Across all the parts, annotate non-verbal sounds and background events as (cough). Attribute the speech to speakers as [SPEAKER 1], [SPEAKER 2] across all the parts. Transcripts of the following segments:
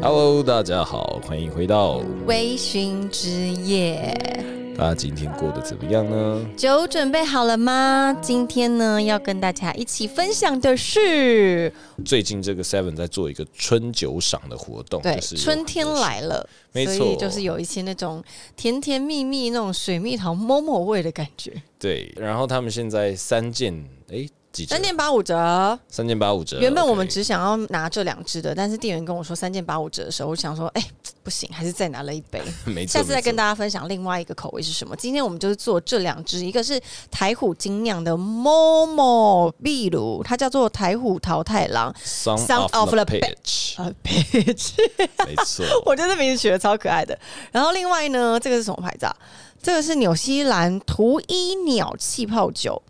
[SPEAKER 1] Hello，大家好，欢迎回到。
[SPEAKER 2] 微醺之夜，
[SPEAKER 1] 大家今天过得怎么样呢？
[SPEAKER 2] 酒准备好了吗？今天呢，要跟大家一起分享的是，
[SPEAKER 1] 最近这个 Seven 在做一个春酒赏的活动，
[SPEAKER 2] 对，
[SPEAKER 1] 就是有
[SPEAKER 2] 春天来了，
[SPEAKER 1] 没
[SPEAKER 2] 所以
[SPEAKER 1] 错
[SPEAKER 2] 就是有一些那种甜甜蜜蜜、那种水蜜桃某某味的感觉，
[SPEAKER 1] 对，然后他们现在三件哎几折
[SPEAKER 2] 三？件八五折。
[SPEAKER 1] 三件八五折。
[SPEAKER 2] 原本我们
[SPEAKER 1] OK
[SPEAKER 2] 只想要拿这两支的，但是店员跟我说三件八五折的时候，我想说，哎、不行，还是再拿了一杯。
[SPEAKER 1] 没错，
[SPEAKER 2] 下次再跟
[SPEAKER 1] 大
[SPEAKER 2] 大家分享另外一个口味是什么。今天我们就是做这两支，一个是台虎精酿的 Momo 秘鲁，它叫做台虎桃太郎。 (laughs)
[SPEAKER 1] Sound
[SPEAKER 2] Sound
[SPEAKER 1] of
[SPEAKER 2] of
[SPEAKER 1] the
[SPEAKER 2] the
[SPEAKER 1] Pitch，
[SPEAKER 2] 啊，Peach
[SPEAKER 1] 没错， (laughs)
[SPEAKER 2] 我觉得这名字取得超可爱的。然后另外呢，这个是什么牌子啊？这个是纽西兰图伊鸟气泡酒，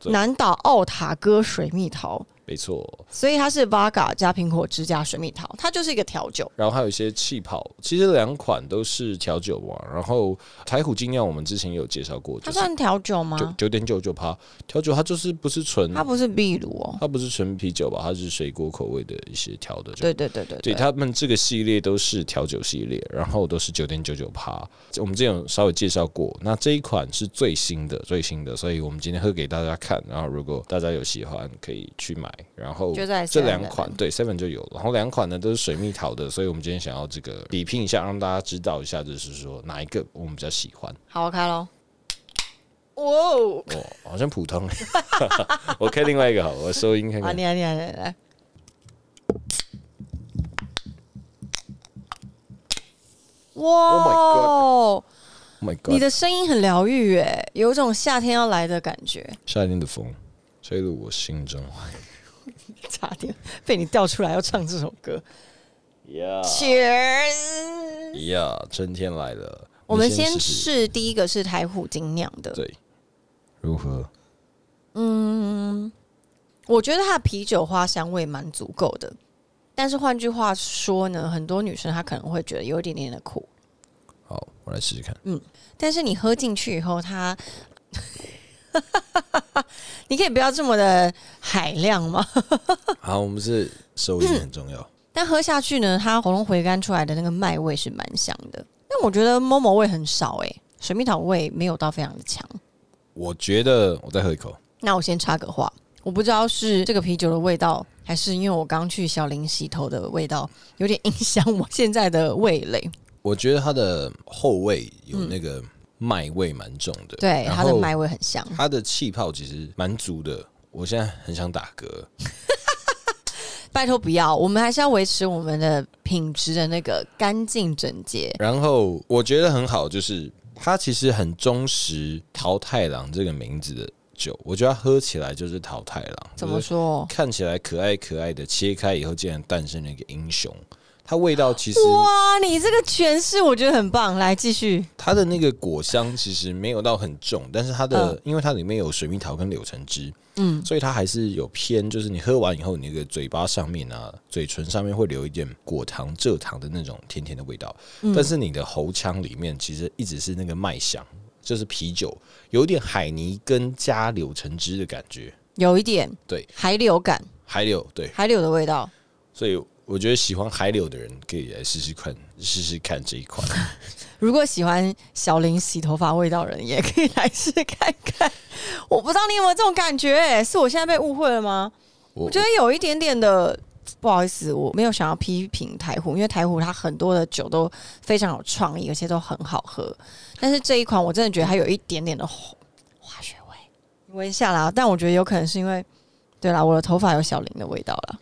[SPEAKER 1] 对
[SPEAKER 2] 南岛奥塔哥水蜜桃，
[SPEAKER 1] 没错。
[SPEAKER 2] 所以它是 v 嘎加苹果汁加水蜜桃，它就是一个调酒。
[SPEAKER 1] 然后还有一些气泡，其实两款都是调酒嘛。然后台虎精酿我们之前有介绍过，
[SPEAKER 2] 它
[SPEAKER 1] 就是嗯
[SPEAKER 2] 算调酒
[SPEAKER 1] 九
[SPEAKER 2] 吗？
[SPEAKER 1] 九点九九趴调酒，它就是不是纯
[SPEAKER 2] 它不是秘鲁哦。
[SPEAKER 1] 它不是纯啤酒吧，它是水果口味的一些调的。
[SPEAKER 2] 对对对
[SPEAKER 1] 对，
[SPEAKER 2] 对对，
[SPEAKER 1] 他们这个系列都是调酒系列，然后都是九点九九趴。我们之前有稍微介绍过，那这一款是最新的，最新的，所以我们今天喝给大家看。然后如果大家有喜欢，可以去买。然后
[SPEAKER 2] 就在
[SPEAKER 1] 这
[SPEAKER 2] 7-Eleven
[SPEAKER 1] 两款对 Seven 就有了，然后两款呢都是水蜜桃的，所以我们今天想要这个比拼一下，让大家知道一下，就是说哪一个我们比较喜欢。
[SPEAKER 2] 好，我开喽。哇哦！
[SPEAKER 1] 哦，好像普通。我开另外一个好了，我收音看
[SPEAKER 2] 啊，
[SPEAKER 1] 看。
[SPEAKER 2] 你来，你来，你来，来哇
[SPEAKER 1] Oh Oh my
[SPEAKER 2] 你
[SPEAKER 1] god！
[SPEAKER 2] 的声音很疗愈，哎，有一种夏天要来的感觉。
[SPEAKER 1] 夏天的风吹入我心中。
[SPEAKER 2] 差点被你调出来要唱这首歌。
[SPEAKER 1] 呀
[SPEAKER 2] Cheers！
[SPEAKER 1] 呀，春天来了，
[SPEAKER 2] 我们先
[SPEAKER 1] 试试
[SPEAKER 2] 试第一个是台虎精酿的，
[SPEAKER 1] 对，如何？
[SPEAKER 2] 我觉得它的啤酒花香味蛮足够的。但是换句话说呢，很多女生她可能会觉得有一点点的苦，
[SPEAKER 1] 好，我来试试看。
[SPEAKER 2] 但是你喝进去以后，它， (laughs) 你可以不要这么的海量吗？
[SPEAKER 1] 好，我们是收音很重要。
[SPEAKER 2] 但喝下去呢，它喉咙回甘出来的那个麦味是蛮香的。但我觉得 Momo 味很少诶、水蜜桃味没有到非常的强。
[SPEAKER 1] 我觉得我再喝一口，
[SPEAKER 2] 那我先插个话，我不知道是这个啤酒的味道，还是因为我刚去小林洗头的味道有点影响我现在的味蕾。
[SPEAKER 1] 我觉得它的后味有那个麦味蛮重的，
[SPEAKER 2] 对，
[SPEAKER 1] 然
[SPEAKER 2] 它的
[SPEAKER 1] 后
[SPEAKER 2] 麦味很香。
[SPEAKER 1] 它的气泡其实蛮足的。我现在很想打嗝，
[SPEAKER 2] 拜托不要，我们还是要维持我们的品质的那个干净整洁。
[SPEAKER 1] 然后我觉得很好，就是它其实很忠实桃太郎这个名字的酒，我觉得它喝起来就是桃太郎，
[SPEAKER 2] 怎
[SPEAKER 1] 就
[SPEAKER 2] 么
[SPEAKER 1] 是
[SPEAKER 2] 说？
[SPEAKER 1] 看起来可爱可爱的，切开以后竟然诞生了一个英雄。它味道其实，
[SPEAKER 2] 哇，你这个诠释我觉得很棒，来继续。
[SPEAKER 1] 它的那个果香其实没有到很重，但是它的、
[SPEAKER 2] 嗯
[SPEAKER 1] 因为它里面有水蜜桃跟柳橙汁，
[SPEAKER 2] 嗯，
[SPEAKER 1] 所以它还是有偏，就是你喝完以后，你那个嘴巴上面啊，嘴唇上面会留一点果糖、蔗糖的那种甜甜的味道，
[SPEAKER 2] 嗯
[SPEAKER 1] 但是你的喉腔里面其实一直是那个麦香，就是啤酒，有点海泥跟加柳橙汁的感觉，
[SPEAKER 2] 有一点
[SPEAKER 1] 对
[SPEAKER 2] 海柳感，
[SPEAKER 1] 海柳对，
[SPEAKER 2] 海柳的味道。
[SPEAKER 1] 所以我觉得喜欢海柳的人可以来试试看，试试看这一
[SPEAKER 2] (laughs)
[SPEAKER 1] 款。
[SPEAKER 2] 如果喜欢小林洗头发味道的人，也可以来试看看。我不知道你有没有这种感觉、欸，是我现在被误会了吗？
[SPEAKER 1] 我
[SPEAKER 2] 我觉得有一点点的不好意思，我没有想要批评台虎，因为台虎它很多的酒都非常有创意，而且都很好喝。但是这一款我真的觉得它有一点点的化化学味，你闻一下啦。但我觉得有可能是因为，对啦，我的头发有小林的味道啦。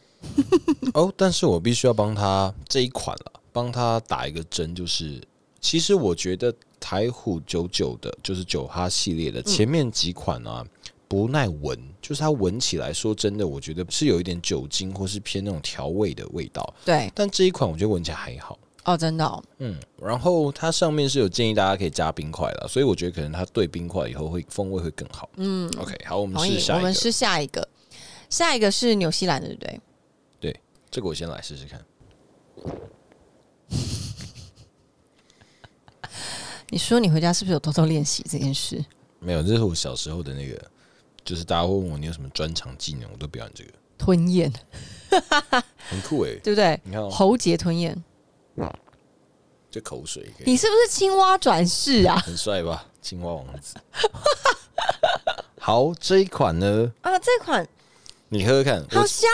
[SPEAKER 1] 哦，但是我必须要帮他这一款了，帮他打一个针，就是其实我觉得台虎九九的，就是九哈系列的前面几款
[SPEAKER 2] 嗯
[SPEAKER 1] 啊。不耐闻，就是它闻起来，说真的，我觉得是有一点酒精或是偏那种调味的味道。
[SPEAKER 2] 对，
[SPEAKER 1] 但这一款我觉得闻起来还好，
[SPEAKER 2] 哦，真的、哦，
[SPEAKER 1] 嗯。然后它上面是有建议大家可以加冰块了，所以我觉得可能它兑冰块以后会风味会更好。
[SPEAKER 2] 嗯，
[SPEAKER 1] OK，好，我们
[SPEAKER 2] 同
[SPEAKER 1] 试
[SPEAKER 2] 意。
[SPEAKER 1] 下
[SPEAKER 2] 我
[SPEAKER 1] 一个。
[SPEAKER 2] 们是下一个，下一个是纽西兰的，对不对？
[SPEAKER 1] 这个我先来试试看。
[SPEAKER 2] 你说你回家是不是有偷偷练习这件事？
[SPEAKER 1] 没有，这是我小时候的那个，就是大家会问我你有什么专长技能，我都表演这个。
[SPEAKER 2] 吞咽，
[SPEAKER 1] 很酷诶。
[SPEAKER 2] 对不对？
[SPEAKER 1] 你看、哦、
[SPEAKER 2] 喉结吞咽，
[SPEAKER 1] 这口水可以，
[SPEAKER 2] 你是不是青蛙转世啊？
[SPEAKER 1] 很帅吧？青蛙王子。好，这一款呢，
[SPEAKER 2] 啊，这款
[SPEAKER 1] 你喝喝看。我
[SPEAKER 2] 好香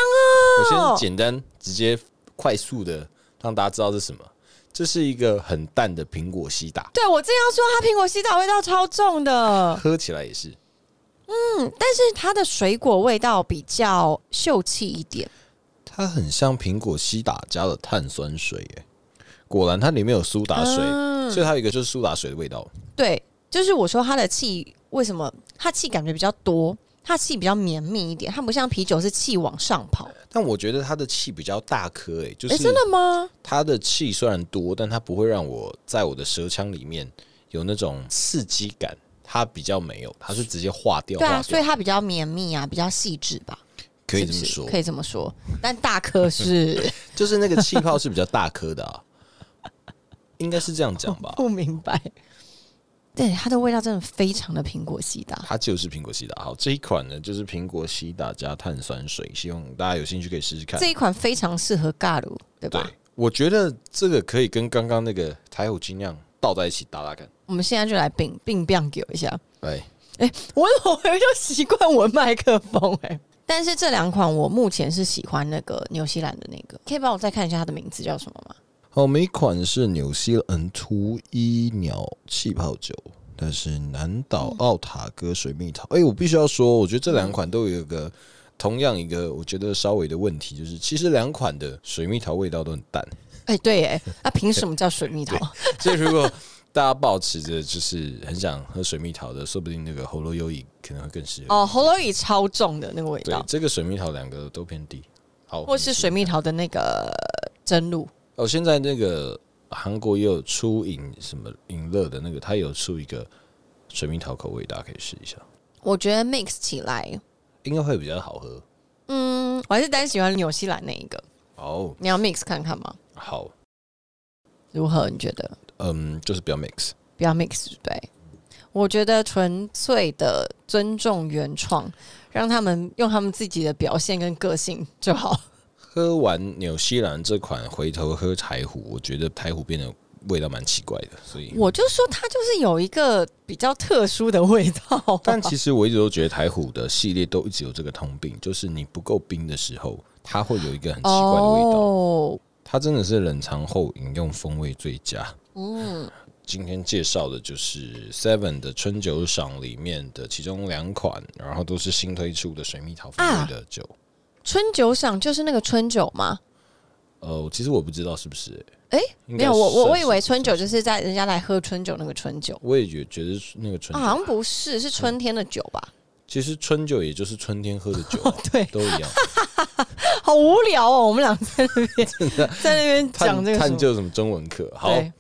[SPEAKER 1] 我
[SPEAKER 2] 哦！
[SPEAKER 1] 先简单、直接、快速的让大家知道这是什么。这是一个很淡的苹果西打，
[SPEAKER 2] 对我正要说，它苹果西打味道超重的，
[SPEAKER 1] 喝起来也是
[SPEAKER 2] 嗯，但是它的水果味道比较秀气一点。
[SPEAKER 1] 它很像苹果西打加了碳酸水耶。果然它里面有苏打啊水，
[SPEAKER 2] 嗯
[SPEAKER 1] 所以它有一个就是苏打水的味道。
[SPEAKER 2] 对，就是我说它的气为什么它气感觉比较多，它气比较绵密一点，它不像啤酒是气往上跑。
[SPEAKER 1] 但我觉得它的气比较大颗，哎，就
[SPEAKER 2] 哎、
[SPEAKER 1] 是
[SPEAKER 2] 真的吗？
[SPEAKER 1] 它的气虽然多，但它不会让我在我的舌腔里面有那种刺激感，它比较没有，它是直接化掉，
[SPEAKER 2] 对啊，
[SPEAKER 1] 化
[SPEAKER 2] 所
[SPEAKER 1] 掉
[SPEAKER 2] 以，它比较绵密啊，比较细致吧？
[SPEAKER 1] 可以这
[SPEAKER 2] 是
[SPEAKER 1] 么
[SPEAKER 2] 不是
[SPEAKER 1] 说，
[SPEAKER 2] 可以这么说。但大
[SPEAKER 1] (laughs)
[SPEAKER 2] 颗是
[SPEAKER 1] 就是那个气泡是比较大颗的
[SPEAKER 2] (laughs)
[SPEAKER 1] 啊，应该是这样讲吧。
[SPEAKER 2] 不明白。对，它的味道真的非常的苹果西打。
[SPEAKER 1] 它就是苹果西打，好这一款呢就是苹果西打加碳酸水，希望大家有兴趣可以试试看。
[SPEAKER 2] 这一款非常适合尬炉，对吧？
[SPEAKER 1] 对，我觉得这个可以跟刚刚那个台虎精酿倒在一起打打看。
[SPEAKER 2] 我们现在就来并并并给我一下。
[SPEAKER 1] 哎，
[SPEAKER 2] 我怎么就习惯闻麦克风哎、但是这两款我目前是喜欢那个纽西兰的那个，可以帮我再看一下它的名字叫什么吗？
[SPEAKER 1] 好，我们一款是纽西兰图伊鸟气泡酒，但是南岛奥塔哥水蜜桃。哎、我必须要说，我觉得这两款都有一个同样一个，我觉得稍微的问题，就是其实两款的水蜜桃味道都很淡， (laughs)
[SPEAKER 2] 哎、对哎、那、凭什么叫水蜜桃？
[SPEAKER 1] 所以如果大家保持着就是很想喝水蜜桃的，说不定那个喉咙优饮可能会更适合。
[SPEAKER 2] 哦，喉咙里超重的那个味
[SPEAKER 1] 对
[SPEAKER 2] 道，，
[SPEAKER 1] 这个水蜜桃两个都偏低。好，
[SPEAKER 2] 或是水蜜桃的那个蒸露，
[SPEAKER 1] 哦，现在那个韩国也有出饮什么饮乐的那个，它有出一个水蜜桃口味，大家可以试一下，
[SPEAKER 2] 我觉得 mix 起来，
[SPEAKER 1] 应该会比较好喝。
[SPEAKER 2] 嗯，我还是单喜欢纽西兰那一个。
[SPEAKER 1] 哦，
[SPEAKER 2] 你要 mix 看看吗？
[SPEAKER 1] 好，
[SPEAKER 2] 如何？你觉得？
[SPEAKER 1] 嗯，就是不要 mix。
[SPEAKER 2] 不要 mix 对不对？我觉得纯粹的尊重原创，让他们用他们自己的表现跟个性就好。
[SPEAKER 1] 喝完纽西兰这款，回头喝台虎，我觉得台虎变得味道蛮奇怪的，所以。
[SPEAKER 2] 我就说它就是有一个比较特殊的味道，
[SPEAKER 1] 但其实我一直都觉得台虎的系列都一直有这个通病，就是你不够冰的时候，它会有一个很奇怪的味道。
[SPEAKER 2] 哦，
[SPEAKER 1] 它真的是冷藏后饮用风味最佳。
[SPEAKER 2] 嗯，
[SPEAKER 1] 今天介绍的就是 Seven 的春酒赏里面的其中两款，然后都是新推出的水蜜桃风味的酒。
[SPEAKER 2] 啊春酒赏就是那个春酒吗？
[SPEAKER 1] 呃，其实我不知道是不是、欸
[SPEAKER 2] 诶
[SPEAKER 1] 应
[SPEAKER 2] 没
[SPEAKER 1] 该
[SPEAKER 2] 有，我我我以为
[SPEAKER 1] 算
[SPEAKER 2] 春酒就是在人家来喝春酒那个春酒，
[SPEAKER 1] 我也觉觉得是那个春
[SPEAKER 2] 啊、
[SPEAKER 1] 酒，
[SPEAKER 2] 好像不是，是春天的酒吧？
[SPEAKER 1] 其实春酒也就是春天喝的酒、啊
[SPEAKER 2] 哦，对
[SPEAKER 1] 都一样。
[SPEAKER 2] 好无聊哦，我们俩在 (laughs) 那边在那边 (laughs)
[SPEAKER 1] 探
[SPEAKER 2] 讲这个什
[SPEAKER 1] 探
[SPEAKER 2] 么
[SPEAKER 1] 究什么中文课？好，
[SPEAKER 2] 对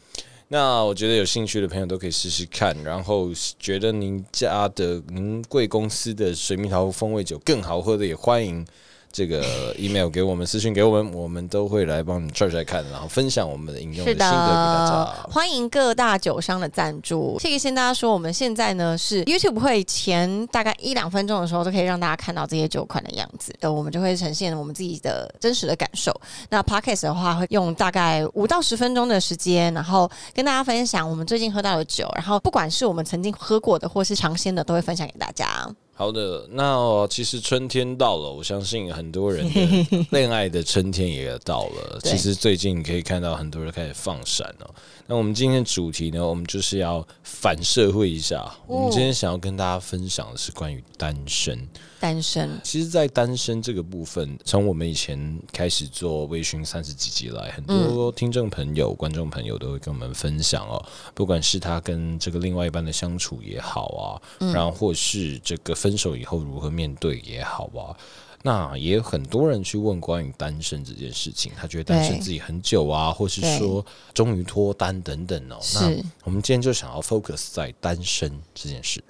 [SPEAKER 1] 那我觉得有兴趣的朋友都可以试试看，然后觉得您家的您贵公司的水蜜桃风味酒更好喝的，也欢迎这个 email 给我们私信给我们，我们都会来帮你 try try 看，然后分享我们的饮用的
[SPEAKER 2] 是
[SPEAKER 1] 心得给大
[SPEAKER 2] 的，
[SPEAKER 1] 家。
[SPEAKER 2] 欢迎各大酒商的赞助。这个先大家说，我们现在呢是 YouTube 会前大概一两分钟的时候，都可以让大家看到这些酒款的样子，呃，我们就会呈现我们自己的真实的感受。那 Podcast 的话，会用大概五到十分钟的时间，然后跟大家分享我们最近喝到的酒，然后不管是我们曾经喝过的，或是尝鲜的，都会分享给大家。
[SPEAKER 1] 好的，那、其实春天到了，我相信很多人的恋爱的春天也到了。
[SPEAKER 2] 对
[SPEAKER 1] 其实最近可以看到很多人开始放闪哦。那我们今天的主题呢，我们就是要反社会一下。我们今天想要跟大家分享的是关于单身。
[SPEAKER 2] 单身，
[SPEAKER 1] 其实，在单身这个部分，从我们以前开始做微醺三十几集来，很
[SPEAKER 2] 嗯
[SPEAKER 1] 多听众朋友、观众朋友都会跟我们分享哦，不管是他跟这个另外一半的相处也好
[SPEAKER 2] 嗯
[SPEAKER 1] 啊，然后或是这个分手以后如何面对也好啊。那也有很多人去问关于单身这件事情，他觉得单身
[SPEAKER 2] 对
[SPEAKER 1] 自己很久啊，或是
[SPEAKER 2] 对
[SPEAKER 1] 说终于脱单等等哦。那
[SPEAKER 2] 是
[SPEAKER 1] 我们今天就想要 focus 在单身这件事。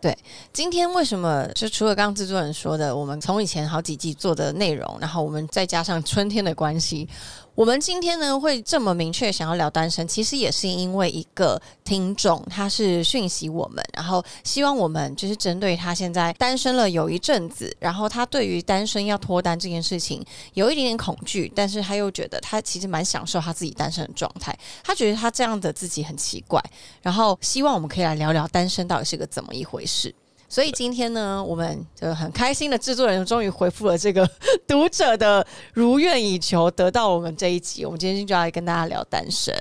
[SPEAKER 2] 今天为什么就除了刚刚制作人说的，我们从以前好几季做的内容，然后我们再加上春天的关系，我们今天呢会这么明确想要聊单身，其实也是因为一个听众他是讯息我们，然后希望我们就是针对他现在单身了有一阵子，然后他对于单身要脱单这件事情有一点点恐惧，但是他又觉得他其实蛮享受他自己单身的状态，他觉得他这样的自己很奇怪，然后希望我们可以来聊聊单身到底是个怎么一回事。所以今天呢，我们就很开心的制作人终于回复了这个 (laughs) 读者的如愿以求，得到我们这一集。我们今天就要来跟大家聊单身，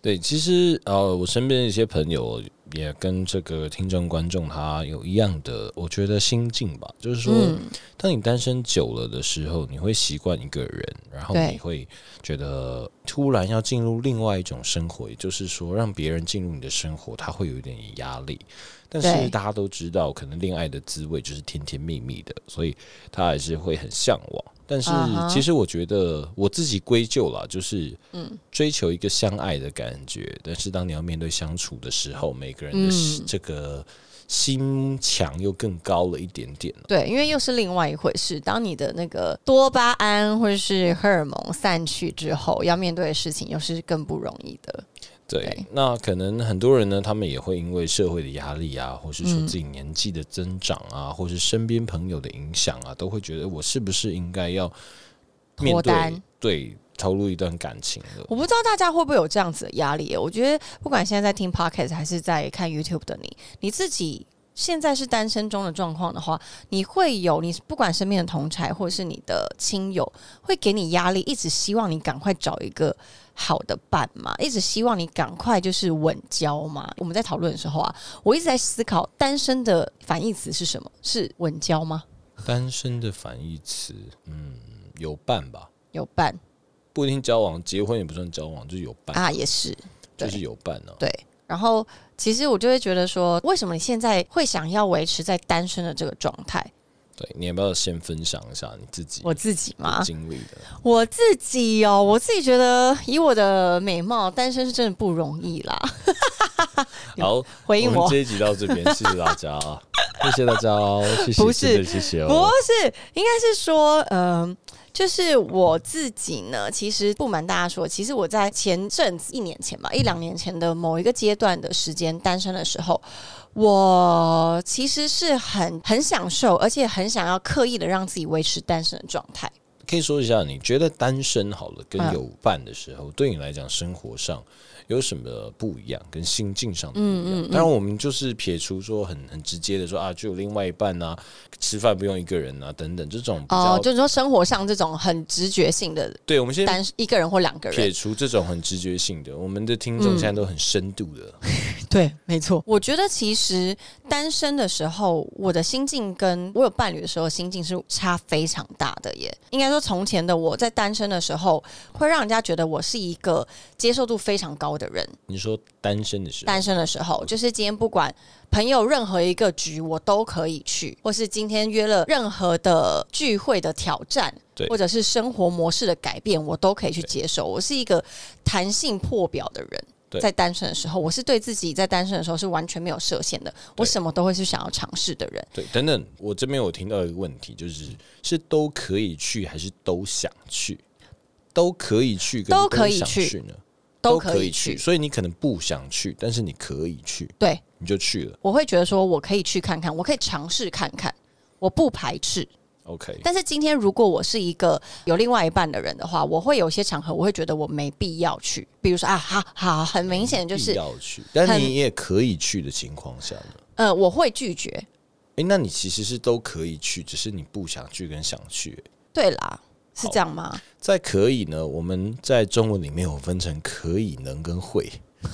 [SPEAKER 1] 对，其实呃，我身边的一些朋友也跟这个听众观众他有一样的，我觉得心境吧，就是说，
[SPEAKER 2] 嗯
[SPEAKER 1] 当你单身久了的时候，你会习惯一个人，然后
[SPEAKER 2] 对
[SPEAKER 1] 你会觉得突然要进入另外一种生活，也就是说，让别人进入你的生活，他会有一点压力。但
[SPEAKER 2] 对
[SPEAKER 1] 是大家都知道，可能恋爱的滋味就是甜甜蜜蜜的，所以他还是会很向往。但是
[SPEAKER 2] 啊哈
[SPEAKER 1] 其实我觉得我自己归咎啦，就是
[SPEAKER 2] 嗯
[SPEAKER 1] 追求一个相爱的感觉，但是当你要面对相处的时候，每个人的
[SPEAKER 2] 嗯
[SPEAKER 1] 这个心墙又更高了一点点哦了。
[SPEAKER 2] 对，因为又是另外一回事。当你的那个多巴胺或者是荷尔蒙散去之后，要面对的事情又是更不容易的。对
[SPEAKER 1] 对，那可能很多人呢，他们也会因为社会的压力啊，或是说
[SPEAKER 2] 嗯
[SPEAKER 1] 自己年纪的增长啊，或是身边朋友的影响啊，都会觉得我是不是应该要面
[SPEAKER 2] 脱
[SPEAKER 1] 对
[SPEAKER 2] 单
[SPEAKER 1] 对投入一段感情了？
[SPEAKER 2] 我不知道大家会不会有这样子的压力耶。我觉得不管现在在听 podcast 还是在看 YouTube 的你，你自己现在是单身中的状况的话，你会有你不管身边的同才或是你的亲友，会给你压力，一直希望你赶快找一个好的伴嘛，一直希望你赶快就是稳交嘛。我们在讨论的时候啊，我一直在思考单身的反义词是什么？是稳交吗？
[SPEAKER 1] 单身的反义词，嗯，有伴吧，
[SPEAKER 2] 有伴
[SPEAKER 1] 不一定交往，结婚也不算交往，就是有伴，
[SPEAKER 2] 啊，也是
[SPEAKER 1] 就
[SPEAKER 2] 对
[SPEAKER 1] 是有伴呢、啊。
[SPEAKER 2] 对，然后其实我就会觉得说，为什么你现在会想要维持在单身的这个状态？
[SPEAKER 1] 对，你要不要先分享一下你自己
[SPEAKER 2] 我啊自己嘛，
[SPEAKER 1] 经历的？
[SPEAKER 2] (laughs) 我自己哦，我自己觉得以我的美貌，单身是真的不容易啦。
[SPEAKER 1] 好，
[SPEAKER 2] 回应
[SPEAKER 1] 我们
[SPEAKER 2] 我。
[SPEAKER 1] 这一集到这边，谢谢大家，啊谢谢大家哦，谢谢，
[SPEAKER 2] 不是
[SPEAKER 1] 真的谢谢
[SPEAKER 2] 不
[SPEAKER 1] 哦。
[SPEAKER 2] 是，应该是说，嗯、就是我自己呢，其实不瞒大家说，其实我在前阵子一年前吧，一两年前的某一个阶段的时间单身的时候，我其实是很很享受，而且很想要刻意的让自己维持单身的状态。
[SPEAKER 1] 可以说一下，你觉得单身好了跟
[SPEAKER 2] 嗯
[SPEAKER 1] 有伴的时候，对你来讲生活上有什么不一样，跟心境上的不一样？
[SPEAKER 2] 嗯嗯嗯
[SPEAKER 1] 当然，我们就是撇除说很很直接的说啊，就有另外一半啊，吃饭不用一个人啊，等等这种比较，
[SPEAKER 2] 哦，就是说生活上这种很直觉性的
[SPEAKER 1] 对我们先
[SPEAKER 2] 单一个人或两个人
[SPEAKER 1] 撇，除这种很直觉性的，我们的听众
[SPEAKER 2] 嗯
[SPEAKER 1] 现在都很深度的，
[SPEAKER 2] (laughs) 对，没错。我觉得其实单身的时候，我的心境跟我有伴侣的时候心境是差非常大的耶。应该说，从前的我在单身的时候，会让人家觉得我是一个接受度非常高的人。
[SPEAKER 1] 你说单身的时候，
[SPEAKER 2] 单身的时候，就是今天不管朋友任何一个局，我都可以去，或是今天约了任何的聚会的挑战，
[SPEAKER 1] 对
[SPEAKER 2] 或者是生活模式的改变，我都可以去接受。我是一个弹性破表的人。
[SPEAKER 1] 对
[SPEAKER 2] 在单身的时候，我是对自己在单身的时候是完全没有设限的，我什么都会是想要尝试的人。
[SPEAKER 1] 对，等等，我这边有听到一个问题，就是是都可以去还是都想去？都可以去跟
[SPEAKER 2] 都可以
[SPEAKER 1] 想
[SPEAKER 2] 去
[SPEAKER 1] 去呢？
[SPEAKER 2] 都
[SPEAKER 1] 可
[SPEAKER 2] 可以
[SPEAKER 1] 去，
[SPEAKER 2] 去。
[SPEAKER 1] 所以你可能不想去，但是你可以去，
[SPEAKER 2] 对，
[SPEAKER 1] 你就去了。
[SPEAKER 2] 我会觉得说我可以去看看，我可以尝试看看，我不排斥。
[SPEAKER 1] OK，
[SPEAKER 2] 但是今天如果我是一个有另外一半的人的话，我会有些场合我会觉得我没必要去，比如说啊，好好，很明显就
[SPEAKER 1] 必
[SPEAKER 2] 是
[SPEAKER 1] 要去，但
[SPEAKER 2] 很
[SPEAKER 1] 你也可以去的情况下呢？
[SPEAKER 2] 呃，我会拒绝。
[SPEAKER 1] 诶，那你其实是都可以去，只是你不想去跟想去。
[SPEAKER 2] 对啦，是这样
[SPEAKER 1] (laughs)
[SPEAKER 2] 吗？
[SPEAKER 1] 在可以呢，我们在中文里面有分成可以、能跟会，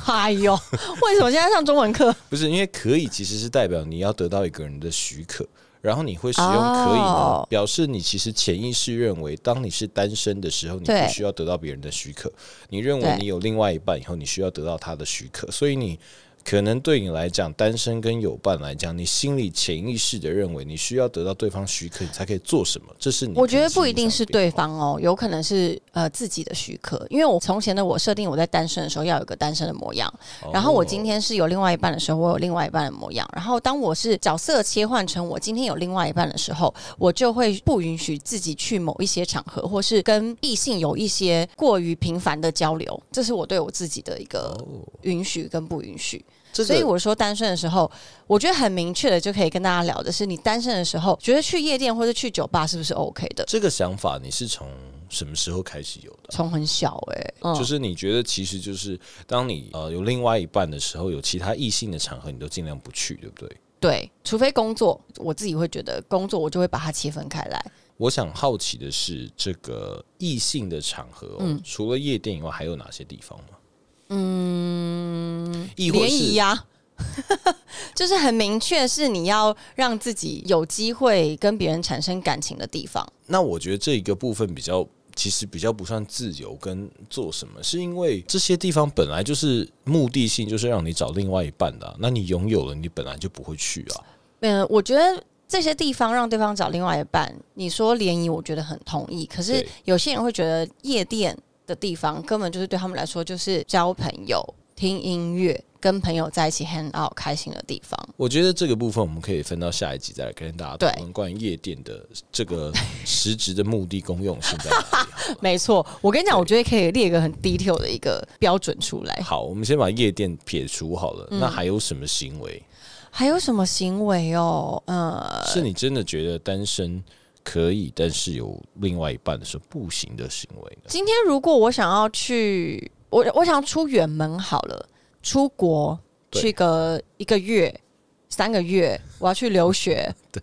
[SPEAKER 2] 哎呦， (laughs) 为什么现在上中文课？
[SPEAKER 1] 不是因为可以其实是代表你要得到一个人的许可，然后你会使用可以呢，
[SPEAKER 2] 哦
[SPEAKER 1] 表示你其实潜意识认为，当你是单身的时候，你
[SPEAKER 2] 对
[SPEAKER 1] 不需要得到别人的许可，你认为
[SPEAKER 2] 对
[SPEAKER 1] 你有另外一半以后，你需要得到他的许可，所以你。可能对你来讲，单身跟有伴来讲，你心里潜意识的认为你需要得到对方许可，你才可以做什么，这是你
[SPEAKER 2] 我觉得
[SPEAKER 1] 可能
[SPEAKER 2] 不一定是
[SPEAKER 1] 心理上的
[SPEAKER 2] 对方哦，有可能是呃自己的许可，因为我从前的我设定我在单身的时候要有一个单身的模样，
[SPEAKER 1] 变化。
[SPEAKER 2] 然后我
[SPEAKER 1] 哦
[SPEAKER 2] 今天是有另外一半的时候，我有另外一半的模样。然后当我是角色切换成我今天有另外一半的时候，我就会不允许自己去某一些场合，或是跟异性有一些过于频繁的交流。这是我对我自己的一个
[SPEAKER 1] 哦
[SPEAKER 2] 允许跟不允许。
[SPEAKER 1] 这
[SPEAKER 2] 所以
[SPEAKER 1] 个
[SPEAKER 2] 我说单身的时候，我觉得很明确的就可以跟大家聊的是，你单身的时候，觉得去夜店或者去酒吧是不是 OK 的？
[SPEAKER 1] 这个想法你是从什么时候开始有的？
[SPEAKER 2] 从很小哎、欸，嗯
[SPEAKER 1] 就是你觉得，其实就是当你呃有另外一半的时候，有其他异性的场合，你都尽量不去，对不对？
[SPEAKER 2] 对，除非工作，我自己会觉得工作我就会把它切分开来。
[SPEAKER 1] 我想好奇的是，这个异性的场合、哦，
[SPEAKER 2] 嗯
[SPEAKER 1] 除了夜店以外，还有哪些地方吗？嗯，亦或
[SPEAKER 2] 联
[SPEAKER 1] 是
[SPEAKER 2] 谊啊呀， (laughs) 就是很明确是你要让自己有机会跟别人产生感情的地方。
[SPEAKER 1] 那我觉得这一个部分比较，其实比较不算自由跟做什么，是因为这些地方本来就是目的性，就是让你找另外一半的啊、那你拥有了，你本来就不会去啊。
[SPEAKER 2] 嗯，我觉得这些地方让对方找另外一半，你说联谊，我觉得很同意。可是
[SPEAKER 1] 对
[SPEAKER 2] 有些人会觉得夜店的地方根本就是对他们来说就是交朋友、听音乐、跟朋友在一起 hang out 开心的地方。
[SPEAKER 1] 我觉得这个部分我们可以分到下一集再来跟大家讨论关于夜店的这个实质的目的功用性
[SPEAKER 2] (laughs)
[SPEAKER 1] 在哪里。
[SPEAKER 2] 没错，我跟你讲，
[SPEAKER 1] 对
[SPEAKER 2] 我觉得可以列一个很 detail 的一个标准出来。
[SPEAKER 1] 好，我们先把夜店撇除好了，那还有什么行为
[SPEAKER 2] 还有什么行为哦？呃，
[SPEAKER 1] 是你真的觉得单身可以，但是有另外一半的时候不行的行为呢？
[SPEAKER 2] 今天如果我想要去，我我想出远门好了，出国
[SPEAKER 1] 对
[SPEAKER 2] 去个一个月、三个月，我要去留学，
[SPEAKER 1] (laughs) 对，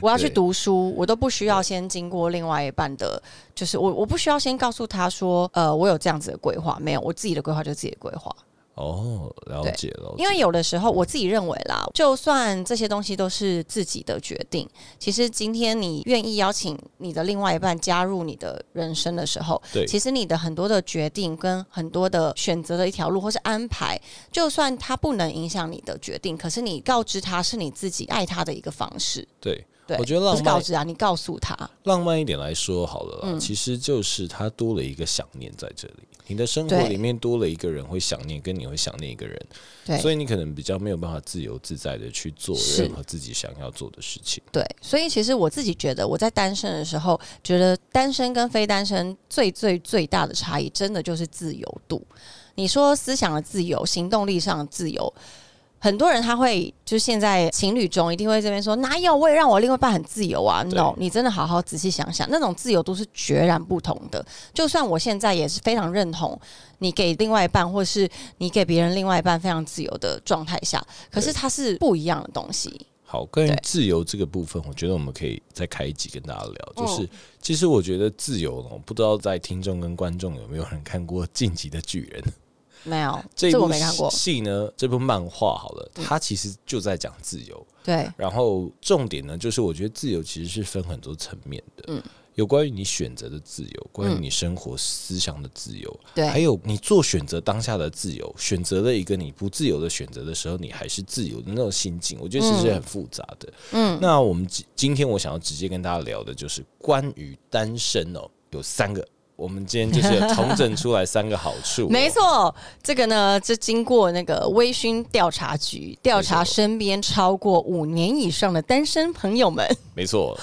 [SPEAKER 2] 我要去
[SPEAKER 1] 对
[SPEAKER 2] 读书，我都不需要先经过另外一半的，就是我我不需要先告诉他说，呃，我有这样子的规划，没有，我自己的规划就是自己的规划。
[SPEAKER 1] 哦，了解了解，
[SPEAKER 2] 因为有的时候我自己认为啦，就算这些东西都是自己的决定，其实今天你愿意邀请你的另外一半加入你的人生的时候，
[SPEAKER 1] 对
[SPEAKER 2] 其实你的很多的决定跟很多的选择的一条路或是安排，就算它不能影响你的决定，可是你告知他是你自己爱他的一个方式。
[SPEAKER 1] 对
[SPEAKER 2] 对，
[SPEAKER 1] 我觉得
[SPEAKER 2] 不
[SPEAKER 1] 浪
[SPEAKER 2] 是
[SPEAKER 1] 漫
[SPEAKER 2] 告知啊，你告诉他，
[SPEAKER 1] 浪漫一点来说好了啦，
[SPEAKER 2] 嗯
[SPEAKER 1] 其实就是它多了一个想念在这里，你的生活
[SPEAKER 2] 对
[SPEAKER 1] 里面多了一个人会想念，跟你会想念一个人，
[SPEAKER 2] 对
[SPEAKER 1] 所以你可能比较没有办法自由自在的去做
[SPEAKER 2] 是
[SPEAKER 1] 任何自己想要做的事情。
[SPEAKER 2] 对，所以其实我自己觉得，我在单身的时候，觉得单身跟非单身最最最大的差异，真的就是自由度。你说思想的自由，行动力上的自由，很多人他会就现在情侣中一定会这边说，哪有我也让我另外一半很自由啊
[SPEAKER 1] 对
[SPEAKER 2] ？No，你真的好好仔细想想，那种自由度是决然不同的。就算我现在也是非常认同你给另外一半，或是你给别人另外一半非常自由的状态下，可是
[SPEAKER 1] 对
[SPEAKER 2] 它是不一样的东西。
[SPEAKER 1] 好，关于
[SPEAKER 2] 对
[SPEAKER 1] 自由这个部分，我觉得我们可以再开一集跟大家聊。
[SPEAKER 2] 嗯
[SPEAKER 1] 就是、其实我觉得自由呢，我不知道在听众跟观众有没有人看过《晋级的巨
[SPEAKER 2] (laughs)
[SPEAKER 1] 人》
[SPEAKER 2] 没有，
[SPEAKER 1] 这
[SPEAKER 2] 这
[SPEAKER 1] 部
[SPEAKER 2] 我没看过。嗯
[SPEAKER 1] 戏呢？这部漫画好了，它其实就在讲自由。
[SPEAKER 2] 对，
[SPEAKER 1] 然后重点呢，就是我觉得自由其实是分很多层面的，
[SPEAKER 2] 嗯
[SPEAKER 1] 有关于你选择的自由，关于你生活思想的自由，
[SPEAKER 2] 对
[SPEAKER 1] 还有你做选择当下的自由，选择了一个你不自由的选择的时候，你还是自由的那种心境，我觉得其实
[SPEAKER 2] 嗯
[SPEAKER 1] 很复杂的。
[SPEAKER 2] 嗯，
[SPEAKER 1] 那我们今今天我想要直接跟大家聊的就是关于单身哦，有三个，我们今天就是有统整出来三个好处、哦
[SPEAKER 2] (laughs) 没。错，这个呢，这经过那个微醺调查局调查身边超过五年以上的单身朋友们，
[SPEAKER 1] 没错，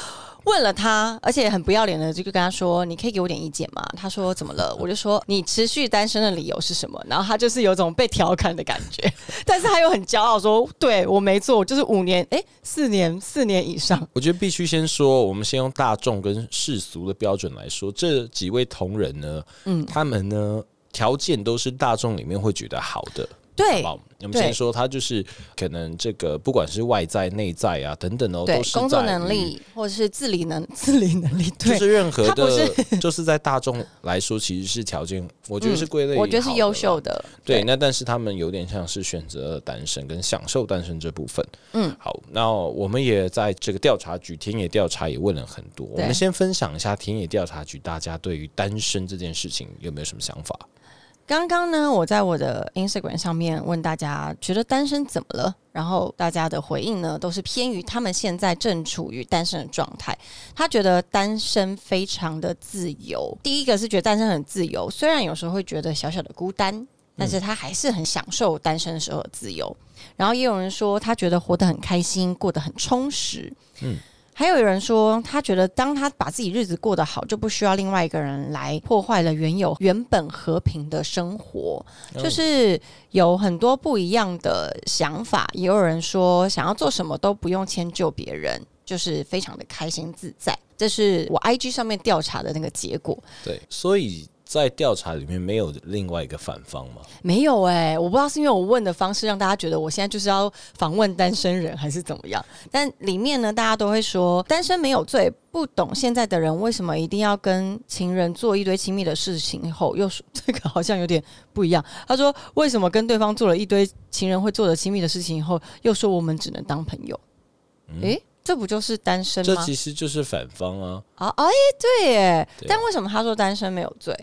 [SPEAKER 2] 问了他，而且很不要脸的就跟他说：“你可以给我点意见吗？”他说：“怎么
[SPEAKER 1] (laughs)
[SPEAKER 2] 了？”我就说：“你持续单身的理由是什么？”然后他就是有种被调侃的感觉， (laughs) 但是他又很骄傲说：“对我没错，我就是五年，哎，四年，四年以上。”
[SPEAKER 1] 我觉得必须先说，我们先用大众跟世俗的标准来说，这几位同仁呢，
[SPEAKER 2] 嗯
[SPEAKER 1] 他们呢条件都是大众里面会觉得好的，好
[SPEAKER 2] 对
[SPEAKER 1] 不好？我们
[SPEAKER 2] 对
[SPEAKER 1] 先说，他就是可能这个不管是外在、内在啊等等哦，
[SPEAKER 2] 对
[SPEAKER 1] 都，是
[SPEAKER 2] 工作
[SPEAKER 1] 在于
[SPEAKER 2] 能，力或者是自理能 (laughs) 自理能力，
[SPEAKER 1] 就
[SPEAKER 2] 对，
[SPEAKER 1] 是任何
[SPEAKER 2] 他不
[SPEAKER 1] 的，就是在大众来说其实是条
[SPEAKER 2] (laughs)
[SPEAKER 1] 件，我觉得是归类于好的啦，
[SPEAKER 2] 嗯我觉得是优秀的。
[SPEAKER 1] 对，那但是他们有点像是选择了单身跟享受单身这部分。
[SPEAKER 2] 嗯，
[SPEAKER 1] 好，那我们也在这个调查局田野调查也问了很多。我们先分享一下田野调查局大家对于单身这件事情有没有什么想法？
[SPEAKER 2] 刚刚呢，我在我的 Instagram 上面问大家，觉得单身怎么了？然后大家的回应呢，都是偏于他们现在正处于单身的状态。他觉得单身非常的自由。第一个是觉得单身很自由，虽然有时候会觉得小小的孤单，但是他还是很享受单身时候的自由。然后也有人说，他觉得活得很开心，过得很充实。嗯
[SPEAKER 1] 嗯，
[SPEAKER 2] 还有人说，他觉得当他把自己日子过得好，就不需要另外一个人来破坏了原有原本和平的生活。就是有很多不一样的想法，也有人说想要做什么都不用迁就别人，就是非常的开心自在。这是我 IG 上面调查的那个结果，
[SPEAKER 1] 对，所以在调查里面没有另外一个反方嘛？
[SPEAKER 2] 没有哎、我不知道是因为我问的方式让大家觉得我现在就是要访问单身人，还是怎么样？但里面呢，大家都会说单身没有罪，不懂现在的人为什么一定要跟情人做一堆亲密的事情后，又说这个好像有点不一样。他说为什么跟对方做了一堆情人会做的亲密的事情以后，又说我们只能当朋友？诶、这不就是单身
[SPEAKER 1] 这
[SPEAKER 2] 吗？
[SPEAKER 1] 其实就是反方啊。
[SPEAKER 2] 啊，哎、对耶。
[SPEAKER 1] 对
[SPEAKER 2] 但为什么他说单身没有罪？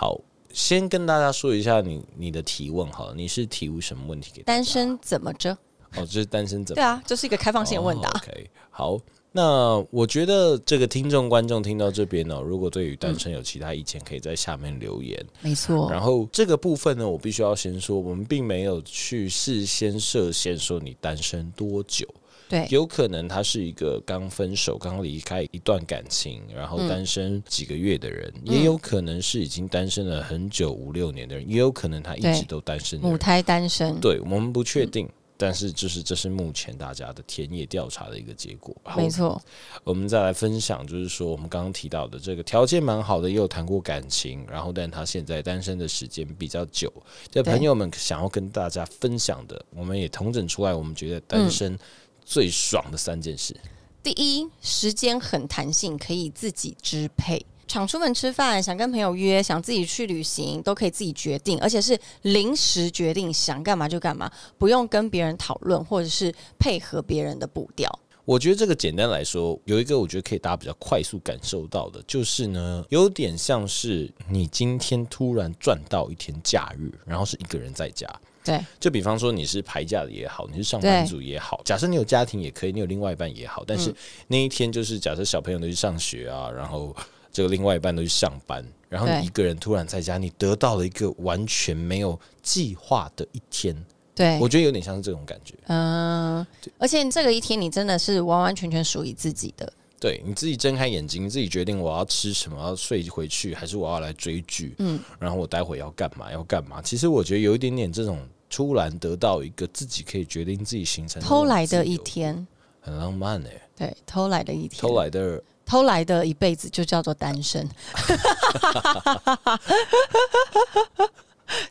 [SPEAKER 1] 好，先跟大家说一下你你的提问好了，你是提出什么问题给大家
[SPEAKER 2] 单身怎么着？
[SPEAKER 1] 哦，这是单身怎么
[SPEAKER 2] 对啊，这是一个开放性的问答。
[SPEAKER 1] 哦 OK，好，那我觉得这个听众观众听到这边呢、如果对于单
[SPEAKER 2] 嗯
[SPEAKER 1] 身有其他意见，可以在下面留言。
[SPEAKER 2] 没错，
[SPEAKER 1] 然后这个部分呢，我必须要先说，我们并没有去事先设限说你单身多久，
[SPEAKER 2] 对。
[SPEAKER 1] 有可能他是一个刚分手、刚离开一段感情，然后
[SPEAKER 2] 嗯
[SPEAKER 1] 单身几个月的人，也有可能是已经单身了很久五六年的人，也有可能他一直
[SPEAKER 2] 对嗯
[SPEAKER 1] 都单身的
[SPEAKER 2] 母
[SPEAKER 1] 人。
[SPEAKER 2] 胎单身，
[SPEAKER 1] 对，我们不确定。但是，就是这是目前大家的田野调查的一个结果。好
[SPEAKER 2] 没，错，
[SPEAKER 1] 我们再来分享，就是说我们刚刚提到的这个条件蛮好的，也有谈过感情，然后但他现在单身的时间比较久。这
[SPEAKER 2] 对
[SPEAKER 1] 朋友们想要跟大家分享的，我们也统整出来，我们觉得单身最爽的三件事。
[SPEAKER 2] 第一，时间很弹性，可以自己支配。想出门吃饭，想跟朋友约，想自己去旅行，都可以自己决定，而且是临时决定，想干嘛就干嘛，不用跟别人讨论，或者是配合别人的步调。
[SPEAKER 1] 我觉得这个简单来说，有一个我觉得可以大家比较快速感受到的，就是呢，有点像是你今天突然赚到一天假日，然后是一个人在家。
[SPEAKER 2] 对
[SPEAKER 1] 就比方说你是排假的也好，你是上班族也好，假设你有家庭也可以，你有另外一半也好，
[SPEAKER 2] 嗯
[SPEAKER 1] 但是那一天就是假设小朋友都去上学啊，然后这个另外一半都去上班，然后
[SPEAKER 2] 对
[SPEAKER 1] 你一个人突然在家，你得到了一个完全没有计划的一天，
[SPEAKER 2] 对，
[SPEAKER 1] 我觉得有点像是这种感觉。
[SPEAKER 2] 嗯、而且这个一天你真的是完完全全属于自己的，
[SPEAKER 1] 对，你自己睁开眼睛，你自己决定我要吃什么，要睡回去，还是我要来追剧，嗯，然后我待会要干嘛，要干嘛。其实我觉得有一点点这种突然得到一个自己可以决定自己行程那种
[SPEAKER 2] 偷来的
[SPEAKER 1] 自
[SPEAKER 2] 一
[SPEAKER 1] 由，
[SPEAKER 2] 天，
[SPEAKER 1] 很浪漫哎、
[SPEAKER 2] 对，偷来的一天，
[SPEAKER 1] 偷来的，
[SPEAKER 2] 偷来的一辈子就叫做单身。 (laughs)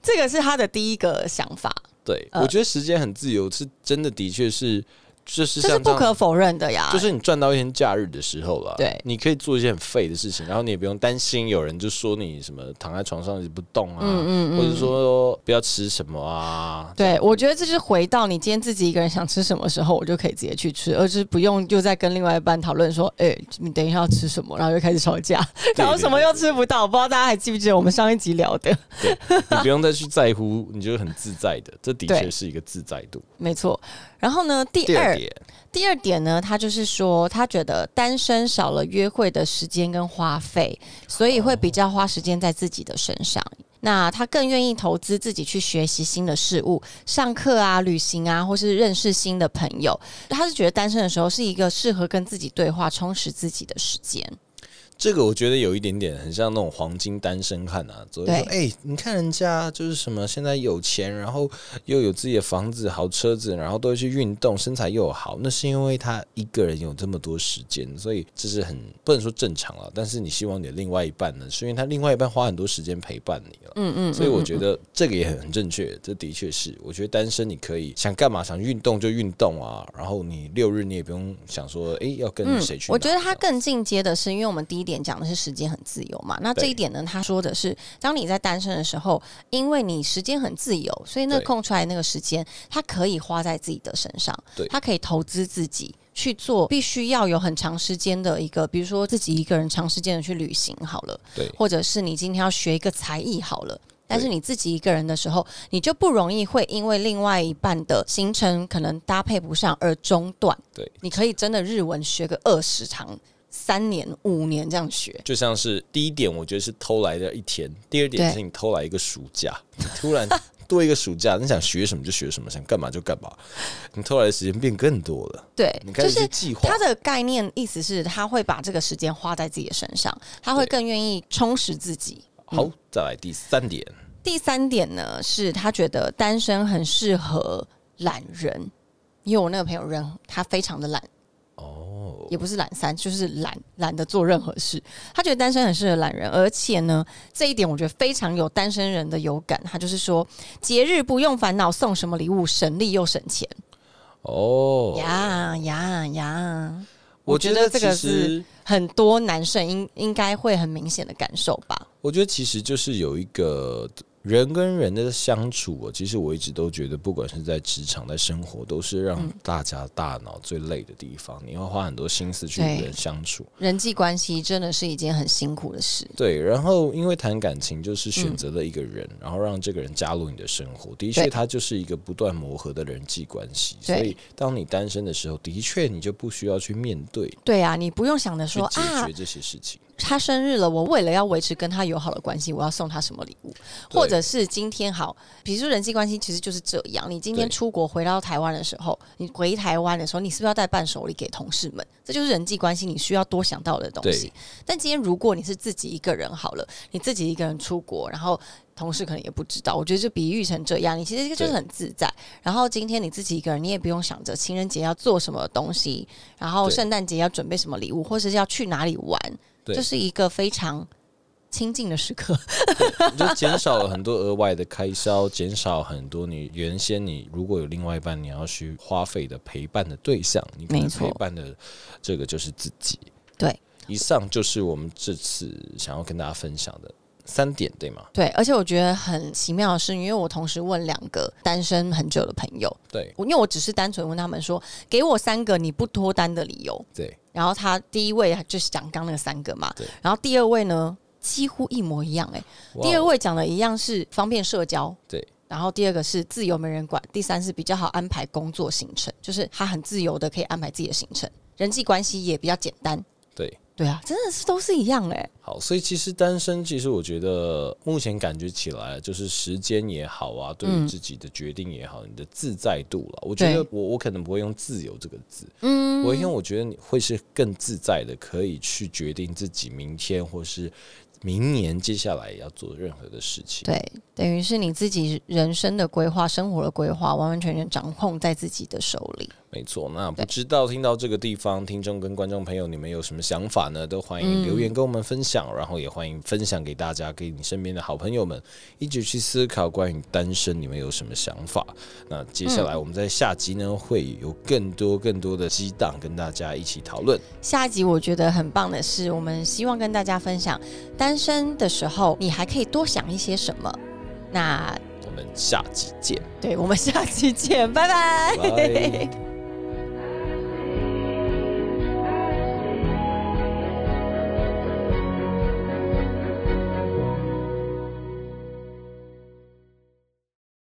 [SPEAKER 2] 这个是他的第一个想法，
[SPEAKER 1] 对、
[SPEAKER 2] 呃
[SPEAKER 1] 我觉得时间很自由，是真的，的确是，就是
[SPEAKER 2] 这是
[SPEAKER 1] 像这
[SPEAKER 2] 不
[SPEAKER 1] 样，
[SPEAKER 2] 可否认的呀。
[SPEAKER 1] 就是你赚到一天假日的时候了，
[SPEAKER 2] 对
[SPEAKER 1] 你可以做一些很废的事情，然后你也不用担心有人就说你什么躺在床上一直不动啊，
[SPEAKER 2] 嗯
[SPEAKER 1] 或者说哦不要吃什么
[SPEAKER 2] (laughs)
[SPEAKER 1] 啊，
[SPEAKER 2] 对，我觉得这就是回到你今天自己一个人想吃什么时候，我就可以直接去吃，而是不用又在跟另外一半讨论说，哎、你等一下要吃什么，然后就开始吵架，然后什么又吃不到，我不知道大家还记不记得我们上一集聊的？
[SPEAKER 1] 你不用再去在乎，你就很自在的，这的确
[SPEAKER 2] 对
[SPEAKER 1] 是一个自在度。
[SPEAKER 2] 没错。然后呢，第
[SPEAKER 1] 第
[SPEAKER 2] 二
[SPEAKER 1] 二点，
[SPEAKER 2] 第二点呢，他就是说，他觉得单身少了约会的时间跟花费，所以会比较花时间在自己的身上。那他更愿意投资自己去学习新的事物，上课啊、旅行啊，或是认识新的朋友。他是觉得单身的时候是一个适合跟自己对话、充实自己的时间。
[SPEAKER 1] 这个我觉得有一点点很像那种黄金单身汉啊，所以说，
[SPEAKER 2] 对
[SPEAKER 1] 哎、你看人家就是什么，现在有钱，然后又有自己的房子、好车子，然后都会去运动，身材又好，那是因为他一个人有这么多时间，所以这是很不能说正常了。但是你希望你的另外一半呢，是因为他另外一半花很多时间陪伴你了，
[SPEAKER 2] 嗯嗯，
[SPEAKER 1] 所以我觉得这个也很很正确，这的确是。我觉得单身你可以想干嘛，想运动就运动啊，然后你六日你也不用想说，哎、要跟谁去哪、
[SPEAKER 2] 嗯我觉得他
[SPEAKER 1] 这样
[SPEAKER 2] 更进阶的是，因为我们第一点讲的是时间很自由嘛，那这
[SPEAKER 1] 对
[SPEAKER 2] 一点呢，他说的是，当你在单身的时候，因为你时间很自由，所以那
[SPEAKER 1] 对
[SPEAKER 2] 空出来那个时间，他可以花在自己的身上
[SPEAKER 1] 对，
[SPEAKER 2] 他可以投资自己。去做必须要有很长时间的一个，比如说自己一个人长时间的去旅行好了，
[SPEAKER 1] 对
[SPEAKER 2] 或者是你今天要学一个才艺好了。但是
[SPEAKER 1] 对
[SPEAKER 2] 你自己一个人的时候，你就不容易会因为另外一半的行程可能搭配不上而中断。
[SPEAKER 1] 对。
[SPEAKER 2] 你可以真的日文学个二十堂、三年、五年这样学。
[SPEAKER 1] 就像是第一点，我觉得是偷来的一天；第二点
[SPEAKER 2] 对
[SPEAKER 1] 是你偷来一个暑假，你突然多一个暑假，你想学什么就学什么，想干嘛就干嘛，你偷来的时间变更多了，
[SPEAKER 2] 对，
[SPEAKER 1] 你开
[SPEAKER 2] 就
[SPEAKER 1] 始去
[SPEAKER 2] 是
[SPEAKER 1] 计划
[SPEAKER 2] 他。的概念意思是，他会把这个时间花在自己的身上，他会
[SPEAKER 1] 对
[SPEAKER 2] 更愿意充实自己。
[SPEAKER 1] 好，再来第三点，
[SPEAKER 2] 第三点呢，是他觉得单身很适合懒人，因为我那个朋友人他非常的懒，
[SPEAKER 1] 哦，
[SPEAKER 2] 也不是懒散，就是懒懒得做任何事。他觉得单身很适合懒人，而且呢，这一点我觉得非常有单身人的有感。他就是说，节日不用烦恼送什么礼物，省力又省钱。
[SPEAKER 1] 哦，
[SPEAKER 2] 呀呀呀！
[SPEAKER 1] 我
[SPEAKER 2] 觉
[SPEAKER 1] 觉
[SPEAKER 2] 得
[SPEAKER 1] 得
[SPEAKER 2] 这个
[SPEAKER 1] 其实
[SPEAKER 2] 是很多男生应应该会很明显的感受吧。
[SPEAKER 1] 我觉得其实就是有一个人跟人的相处、哦，其实我一直都觉得，不管是在职场、在生活，都是
[SPEAKER 2] 嗯
[SPEAKER 1] 让大家大脑最累的地方。你要花很多心思去
[SPEAKER 2] 对
[SPEAKER 1] 与人相处，
[SPEAKER 2] 人际关系真的是一件很辛苦的事。
[SPEAKER 1] 对。然后因为谈感情，就是选择了一个人，然后让这个人加入你的生活，的确，
[SPEAKER 2] 对
[SPEAKER 1] 它就是一个不断磨合的人际关系。所
[SPEAKER 2] 对
[SPEAKER 1] 以，当你单身的时候，的确你就不需要去面对、
[SPEAKER 2] 对啊，你不用想着
[SPEAKER 1] 去
[SPEAKER 2] 说
[SPEAKER 1] 解
[SPEAKER 2] 啊
[SPEAKER 1] 决，这些事情。
[SPEAKER 2] 他生日了，我为了要维持跟他友好的关系，我要送他什么礼物，
[SPEAKER 1] 对
[SPEAKER 2] 或者是今天好，比如说人际关系其实就是这样。你今天
[SPEAKER 1] 对
[SPEAKER 2] 出国回到台湾的时候，你回台湾的时候，你是不是要带伴手礼给同事们？这就是人际关系你需要多想到的东西
[SPEAKER 1] 对。
[SPEAKER 2] 但今天如果你是自己一个人好了，你自己一个人出国，然后。同事可能也不知道，我觉得就比喻成这样，你其实就是
[SPEAKER 1] 对
[SPEAKER 2] 很自在。然后今天你自己一个人，你也不用想着情人节要做什么东西，然后
[SPEAKER 1] 对
[SPEAKER 2] 圣诞节要准备什么礼物，或是要去哪里玩，
[SPEAKER 1] 对
[SPEAKER 2] 这是一个非常亲近的时刻。
[SPEAKER 1] 你就减少了很多额外的开销，减少很多你原先你如果有另外一半你要去花费的陪伴的对象，你可
[SPEAKER 2] 没
[SPEAKER 1] 能
[SPEAKER 2] 错
[SPEAKER 1] 陪伴的这个就是自己。
[SPEAKER 2] 对，
[SPEAKER 1] 以上就是我们这次想要跟大家分享的三点，对吗？
[SPEAKER 2] 对，而且我觉得很奇妙的是，因为我同时问两个单身很久的朋友，
[SPEAKER 1] 对
[SPEAKER 2] 我因为我只是单纯问他们说，给我三个你不脱单的理由。
[SPEAKER 1] 对，
[SPEAKER 2] 然后他第一位就是讲刚那个三个嘛
[SPEAKER 1] 对，
[SPEAKER 2] 然后第二位呢几乎一模一样、
[SPEAKER 1] 哇
[SPEAKER 2] 欸，
[SPEAKER 1] 哦
[SPEAKER 2] 第二位讲的一样是方便社交，
[SPEAKER 1] 对。
[SPEAKER 2] 然后第二个是自由没人管，第三是比较好安排工作行程，就是他很自由的可以安排自己的行程，人际关系也比较简单。
[SPEAKER 1] 对。
[SPEAKER 2] 对啊，真的是都是一样哎、
[SPEAKER 1] 好，所以其实单身，其实我觉得目前感觉起来，就是时间也好啊，对于
[SPEAKER 2] 嗯
[SPEAKER 1] 自己的决定也好，你的自在度了。我觉得
[SPEAKER 2] 对
[SPEAKER 1] 我我可能不会用自由这个字，
[SPEAKER 2] 嗯
[SPEAKER 1] 我因为我觉得你会是更自在的，可以去决定自己明天或是明年接下来要做任何的事情。
[SPEAKER 2] 对，等于是你自己人生的规划、生活的规划，完完全全掌控在自己的手里。
[SPEAKER 1] 没错。那不
[SPEAKER 2] 对
[SPEAKER 1] 知道听到这个地方，听众跟观众朋友，你们有什么想法呢？都欢迎留言跟我们分享，然后也欢迎分享给大家，给你身边的好朋友们，一起去思考关于单身你们有什么想法。那接下来我们在下集呢，会有更多更多的激荡跟大家一起讨论。
[SPEAKER 2] 下一集我觉得很棒的是，我们希望跟大家分享，单身的时候你还可以多想一些什么。那
[SPEAKER 1] 我们下集见，
[SPEAKER 2] 对我们下期见，拜拜。
[SPEAKER 1] 拜。